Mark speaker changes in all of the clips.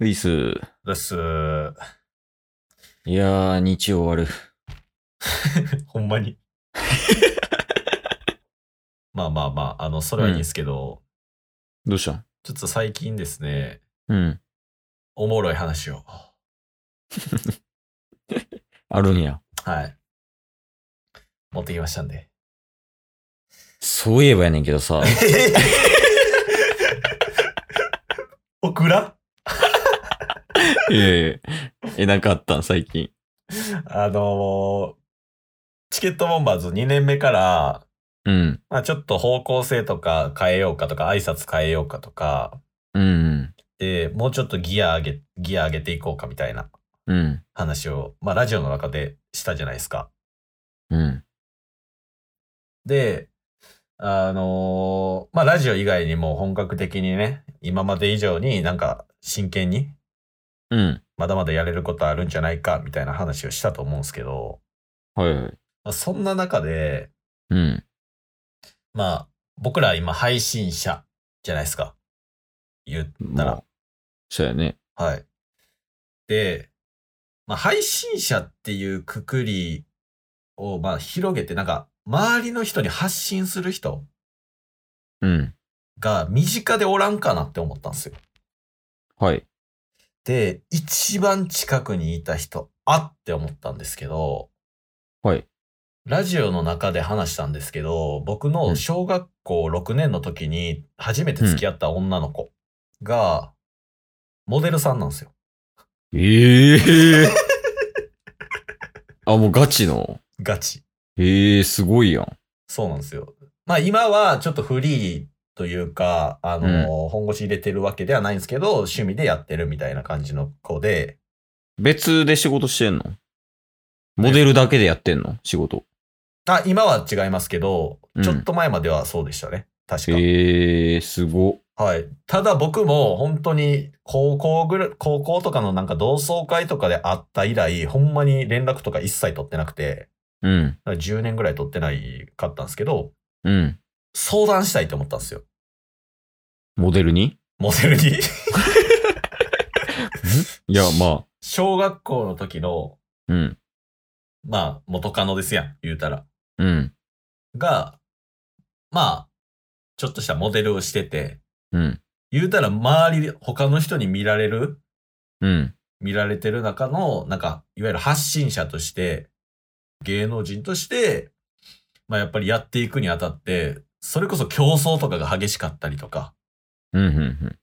Speaker 1: ウィス。
Speaker 2: です。
Speaker 1: いやー、日曜終わる。
Speaker 2: ほんまに。まあまあまあ、あの、それはいいんですけど、
Speaker 1: どうした
Speaker 2: ちょっと最近ですね、
Speaker 1: うん。
Speaker 2: おもろい話を。
Speaker 1: あるんや。
Speaker 2: はい。持ってきましたんで。
Speaker 1: そういえばやねんけど さ、
Speaker 2: オクラ
Speaker 1: えええ、なんかあったん最近。
Speaker 2: あのーチケットボンバーズ2年目から、
Speaker 1: うん。
Speaker 2: まあ、ちょっと方向性とか変えようかとか、挨拶変えようかとか、
Speaker 1: うん。
Speaker 2: で、もうちょっとギア上げ、ギア上げていこうかみたいな
Speaker 1: うん。
Speaker 2: 話を、まあ、ラジオの中でしたじゃないですか。
Speaker 1: うん。
Speaker 2: で、あのーまあ、ラジオ以外にも本格的にね、今まで以上になんか真剣に、
Speaker 1: うん。
Speaker 2: まだまだやれることあるんじゃないかみたいな話をしたと思うんですけど、
Speaker 1: はいはい。
Speaker 2: まあ、そんな中で、
Speaker 1: うん。
Speaker 2: まあ、僕ら今配信者じゃないですか。言ったら。
Speaker 1: まあ。そうやね。
Speaker 2: はい。で、まあ、配信者っていうくくりを、まあ、広げて、なんか、周りの人に発信する人
Speaker 1: うん。
Speaker 2: が身近でおらんかなって思ったんですよ。
Speaker 1: はい。
Speaker 2: で、一番近くにいた人、あって思ったんですけど、
Speaker 1: はい。
Speaker 2: ラジオの中で話したんですけど、僕の小学校6年の時に初めて付き合った女の子が、モデルさんなんですよ。
Speaker 1: ええー。 あ、もうガチの。
Speaker 2: ガチ。
Speaker 1: ええー、すごいやん。
Speaker 2: そうなんですよ。まあ今はちょっとフリーというか、あの、本腰入れてるわけではないんですけど、趣味でやってるみたいな感じの子で、
Speaker 1: 別で仕事してんのモデルだけでやってんの仕事。
Speaker 2: あ、今は違いますけど
Speaker 1: う、ん
Speaker 2: ちょっと前まではそうでしたね。確か。
Speaker 1: ええー、すご。
Speaker 2: はい。ただ僕も本当に高校ぐらい、高校とかのなんか同窓会とかで会った以来、ほんまに連絡とか一切取ってなくて、
Speaker 1: うん。
Speaker 2: だから10年ぐらい取ってないかったんですけど、
Speaker 1: うん。
Speaker 2: 相談したいと思ったんですよ。
Speaker 1: モデルに
Speaker 2: モデルに。
Speaker 1: いや、まあ。
Speaker 2: 小学校の時の、
Speaker 1: うん。
Speaker 2: まあ、元カノですやん、言うたら。
Speaker 1: うん。
Speaker 2: が、まあ、ちょっとしたモデルをしてて、
Speaker 1: うん。
Speaker 2: 言うたら周りで、他の人に見られる、
Speaker 1: うん。
Speaker 2: 見られてる中の、なんか、いわゆる発信者として、芸能人として、まあやっぱりやっていくにあたって、それこそ競争とかが激しかったりとか、
Speaker 1: うん。うん。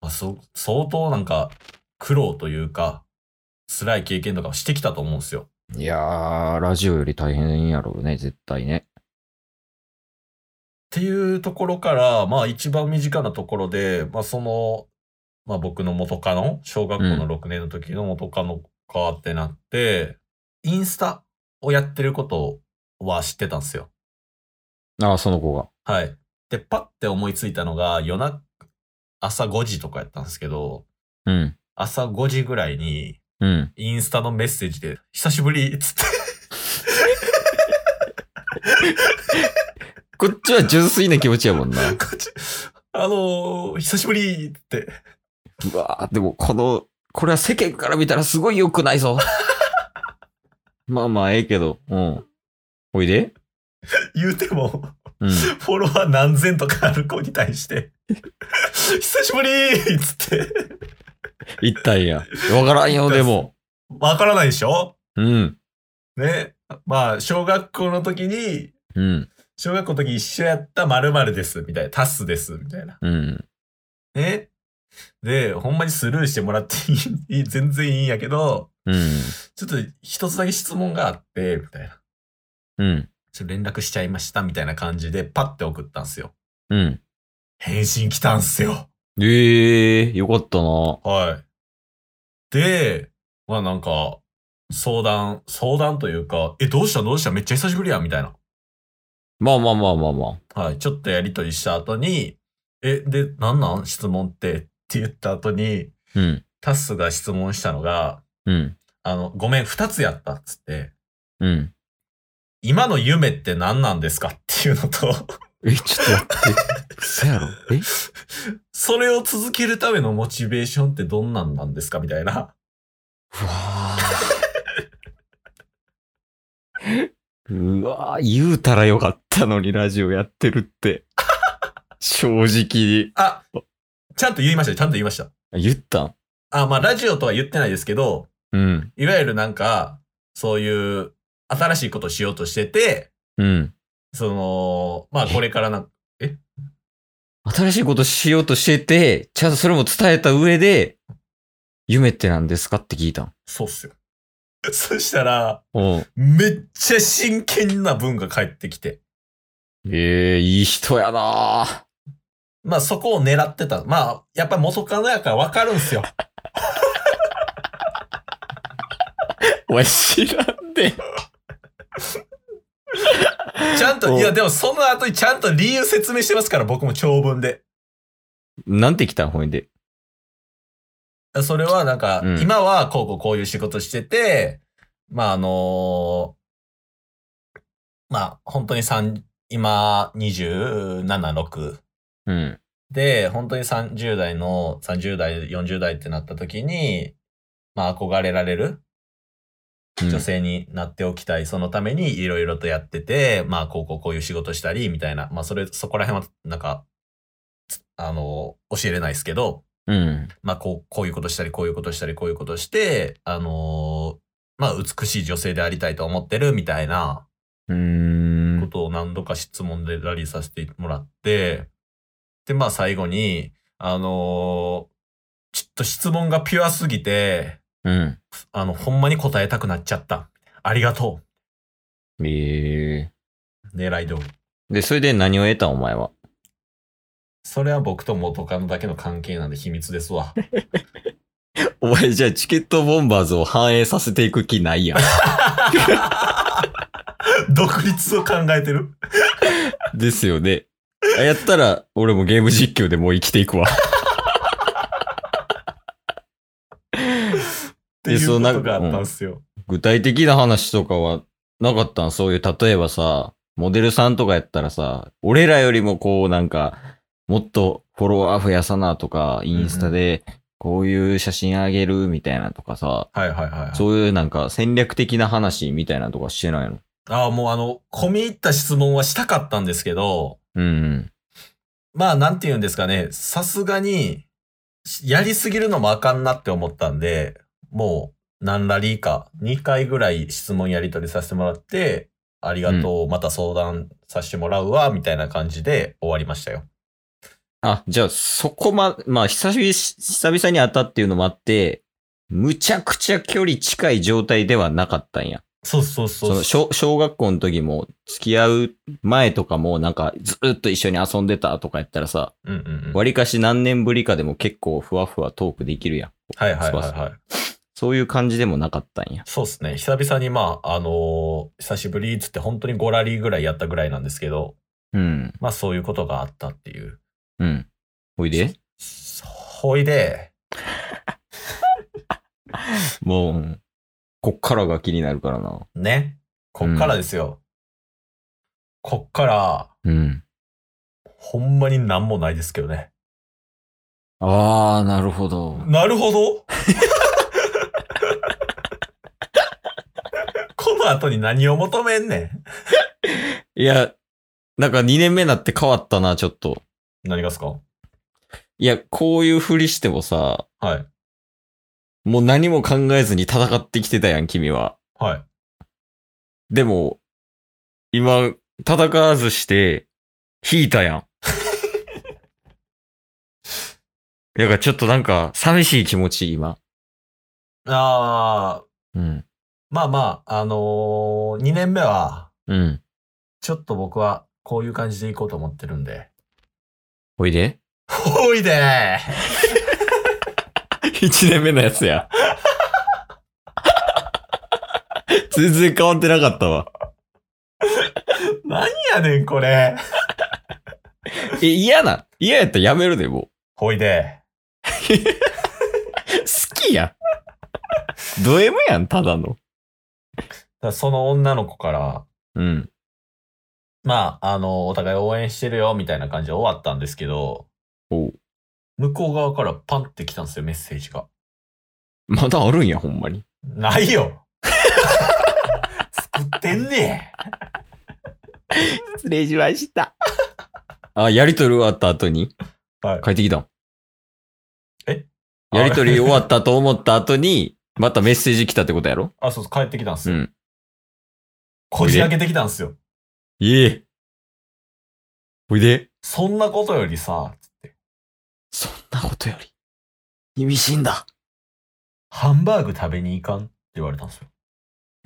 Speaker 2: まあ、そ相当なんか苦労というか、辛い経験とかをしてきたと思うんですよ。
Speaker 1: うん。いやー、ラジオより大変やろうね、絶対ね。
Speaker 2: っていうところから、まあ一番身近なところで、まあその、まあ僕の元カノ、小学校の
Speaker 1: うん
Speaker 2: 6年の時の元カノかってなって、インスタをやってることは知ってたんですよ。
Speaker 1: ああ、その子が。
Speaker 2: はい。で、パッて思いついたのが夜中、朝5時とかやったんですけど、
Speaker 1: うん。
Speaker 2: 朝5時ぐらいに
Speaker 1: うん。
Speaker 2: インスタのメッセージで、久しぶりっつって、
Speaker 1: こっちは純粋な気持ちやもんな。
Speaker 2: こっち、あのー久しぶりって、
Speaker 1: うわー、でもこの、これは世間から見たらすごい良くないぞ。 まあまあ、ええけど。うん。おいで。
Speaker 2: 言うても、
Speaker 1: うん。
Speaker 2: フォロワー何千とかある子に対して、久しぶりっつって、
Speaker 1: 一体や。わからんよ、でも。
Speaker 2: わからないでしょ
Speaker 1: うん。
Speaker 2: ね。まあ、小学校の時に、
Speaker 1: うん。
Speaker 2: 小学校の時一緒やった〇〇です、みたいな、タスです、みたいな。
Speaker 1: うん。
Speaker 2: ね。で、ほんまにスルーしてもらってい いいい、全然いいんやけど、
Speaker 1: うん。
Speaker 2: ちょっと一つだけ質問があって、みたいな。
Speaker 1: うん。
Speaker 2: ちょっと連絡しちゃいました、みたいな感じで、パッて送ったんすよ。
Speaker 1: うん。
Speaker 2: 返信来たんすよ。
Speaker 1: ええー、よかったな。
Speaker 2: はい。で、まあなんか、相談、相談というか、え、どうしたどうしためっちゃ久しぶりやんみたいな。
Speaker 1: まあまあまあまあまあ。
Speaker 2: はい。ちょっとやりとりした後に、え、で、なんなん質問ってって言った後に、
Speaker 1: うん。
Speaker 2: タスが質問したのが、
Speaker 1: うん。
Speaker 2: あの、ごめん、二つやったっつって、
Speaker 1: うん。
Speaker 2: 今の夢って何なんですかっていうのと、
Speaker 1: え、ちょっと待 って。嘘やろえ
Speaker 2: それを続けるためのモチベーションってどんなんなんですかみたいな。
Speaker 1: うわーうわー言うたらよかったのにラジオやってるって。正直
Speaker 2: あ、ちゃんと言いましたよちゃんと言いました。
Speaker 1: に。言ったん
Speaker 2: あ、まあラジオとは言ってないですけど、
Speaker 1: うん。
Speaker 2: いわゆるなんか、そういう新しいことをしようとしてて、
Speaker 1: うん。
Speaker 2: その、まあこれからなんか、
Speaker 1: 新しいことしようとしてて、ちゃんとそれも伝えた上で、夢って何ですかって聞いたん。
Speaker 2: そうっすよ。 そしたら、
Speaker 1: お
Speaker 2: めっちゃ真剣な文が返ってきて。
Speaker 1: ええいい人やなー
Speaker 2: まあそこを狙ってた。まあ、やっぱり元カノやからわかるんすよ。
Speaker 1: お前知らんで。
Speaker 2: ちゃん
Speaker 1: う
Speaker 2: と、
Speaker 1: ん
Speaker 2: いやでもその後にちゃんと理由説明してますから、僕も長文で。
Speaker 1: なんて来たんほいで。
Speaker 2: それはなんか、
Speaker 1: うん
Speaker 2: 今はこうこうこういう仕事してて、まああのーまあ本当に三今27、6
Speaker 1: うん。
Speaker 2: で、本当に30代の、30代、40代ってなった時に、まあ憧れられる
Speaker 1: うん
Speaker 2: 女性になっておきたい。そのためにいろいろとやってて、まあこうこうこういう仕事したり、みたいな。まあそれ、そこら辺はなんか、つあの、教えれないですけど、
Speaker 1: うん。
Speaker 2: まあ、こう、こういうことしたり、こういうことしたり、こういうことして、あのーまあ、美しい女性でありたいと思ってるみたいな
Speaker 1: うー
Speaker 2: こ
Speaker 1: ん。
Speaker 2: とを何度か質問でラリーさせてもらって、で、まあ、最後に、あのーちょっと質問がピュアすぎて、
Speaker 1: うん。
Speaker 2: あの、ほんまに答えたくなっちゃった。ありがと
Speaker 1: ええ
Speaker 2: う。狙い通り。
Speaker 1: で、それで何を得たんお前は。
Speaker 2: それは僕と元カノだけの関係なんで秘密です わ。
Speaker 1: お前じゃあチケットボンバーズを反映させていく気ないや ん。
Speaker 2: 独立を考えてる
Speaker 1: ですよね。あやったら、俺もゲーム実況でもう生きていくわ。
Speaker 2: っていうこ
Speaker 1: そうなんか
Speaker 2: とがあったんすよ。
Speaker 1: 具体的な話とかはなかったんそういう、例えばさ、モデルさんとかやったらさ、俺らよりもこうなんか、もっとフォロワー増やさなとか、インスタでこういう写真あげるみたいなとかさ、
Speaker 2: はいはいはいはい。
Speaker 1: そういうなんか戦略的な話みたいなとかしてないの
Speaker 2: ああ、もうあの、込み入った質問はしたかったんですけど、
Speaker 1: うん。
Speaker 2: まあ、なんて言うんですかね、さすがに、やりすぎるのもあかんなって思ったんで、もう、何ラリーか、2回ぐらい質問やり取りさせてもらって、ありがとう、また相談させてもらうわ、みたいな感じで終わりましたよ。
Speaker 1: あ、じゃあそこま、まあ久々に、久々に会ったっていうのもあって、むちゃくちゃ距離近い状態ではなかったんや。
Speaker 2: そうそう
Speaker 1: そ
Speaker 2: そう
Speaker 1: の。小小学校の時も付き合う前とかもなんかずっと一緒に遊んでたとかやったらさ、
Speaker 2: うんうんうん。はい
Speaker 1: わりかし何年ぶりかでも結構ふわふわトークできるやん。
Speaker 2: はいはい
Speaker 1: そうそ
Speaker 2: はい。
Speaker 1: そういう感じでもなかったんや。
Speaker 2: そうですね。久々にまあ、あのー久しぶりっつって本当に5ラリーぐらいやったぐらいなんですけど、
Speaker 1: うん。
Speaker 2: まあそういうことがあったっていう。
Speaker 1: うん。おいで。
Speaker 2: ほいで、
Speaker 1: もう、うんこっからが気になるからな。
Speaker 2: ね。こっからですよ。こっから、
Speaker 1: うん。
Speaker 2: ほんまになんもないですけどね。
Speaker 1: あー、なるほど。
Speaker 2: なるほど この後に何を求めんねん。
Speaker 1: いや、なんか2年目になって変わったな、ちょっと。
Speaker 2: 何がっすか
Speaker 1: いや、こういうふりしてもさ、
Speaker 2: はい。
Speaker 1: もう何も考えずに戦ってきてたやん、君は。
Speaker 2: はい。
Speaker 1: でも、今、戦わずして、引いたやん。 だからちょっとなんか、寂しい気持ち、今。
Speaker 2: あー、
Speaker 1: うん。
Speaker 2: まあまあ、あのー、2年目は、
Speaker 1: うん。
Speaker 2: ちょっと僕は、こういう感じでいこうと思ってるんで。
Speaker 1: おいで。
Speaker 2: ほいで
Speaker 1: 一年目のやつ や。全然変わってなかったわ。
Speaker 2: ー何やねん、これ。
Speaker 1: え、嫌な。嫌やったらやめるで、も
Speaker 2: ほいで
Speaker 1: う。好きやん。ド M やん、ただの。
Speaker 2: だからその女の子から、
Speaker 1: うん。
Speaker 2: まあ、あの、お互い応援してるよ、みたいな感じで終わったんですけど、
Speaker 1: おう
Speaker 2: 向こう側からパンって来たんですよ、メッセージが。
Speaker 1: まだあるんや、ほんまに。
Speaker 2: ないよ作ってんね
Speaker 1: 失礼しました。あ、やりとり終わった後に
Speaker 2: はい
Speaker 1: 帰ってきたん
Speaker 2: え
Speaker 1: やりとり終わったと思った後に、またメッセージ来たってことやろ
Speaker 2: あ、そうそう、帰ってきたんです
Speaker 1: う
Speaker 2: よ。
Speaker 1: ん。
Speaker 2: こじ開けてきたんですよ。
Speaker 1: いえ。おいで。
Speaker 2: そんなことよりさ、
Speaker 1: そんなことより、厳しいんだ。
Speaker 2: ハンバーグ食べに行かんって言われたんですよ。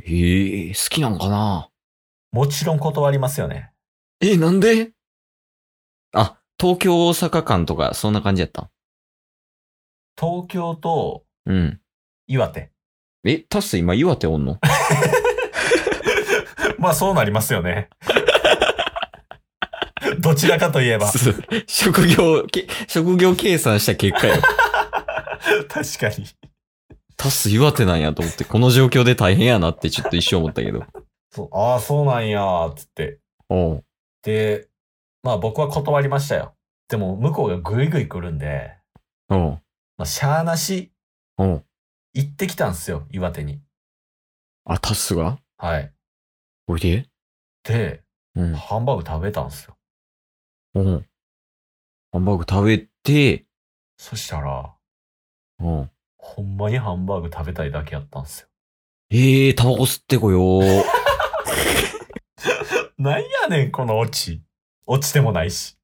Speaker 1: ええ好きなんかな
Speaker 2: もちろん断りますよね。
Speaker 1: え、なんであ、東京大阪間とか、そんな感じやった
Speaker 2: 東京と
Speaker 1: うん。
Speaker 2: 岩手。
Speaker 1: え、タス今岩手おんの
Speaker 2: まあそうなりますよね。 どちらかといえば。
Speaker 1: す 職業、け職業計算した結果よ。
Speaker 2: 確かに。
Speaker 1: タス岩手なんやと思って、この状況で大変やなってちょっと一瞬思ったけど。
Speaker 2: そうああ、そうなんやー、つって。
Speaker 1: おう
Speaker 2: で、まあ僕は断りましたよ。でも向こうがぐいぐい来るんで、
Speaker 1: おう
Speaker 2: まあしゃーなし、
Speaker 1: おう
Speaker 2: 行ってきたんすよ、岩手に。
Speaker 1: あ、タスが
Speaker 2: はい。
Speaker 1: おいで
Speaker 2: で、
Speaker 1: うん。
Speaker 2: ハンバーグ食べたんすよ。
Speaker 1: おうハンバーグ食べて、
Speaker 2: そしたら、
Speaker 1: おう
Speaker 2: ほんまにハンバーグ食べたいだけやったんすよ。
Speaker 1: ええタバコ吸ってこよう。
Speaker 2: なんやねん、このオチ。オチでもないし。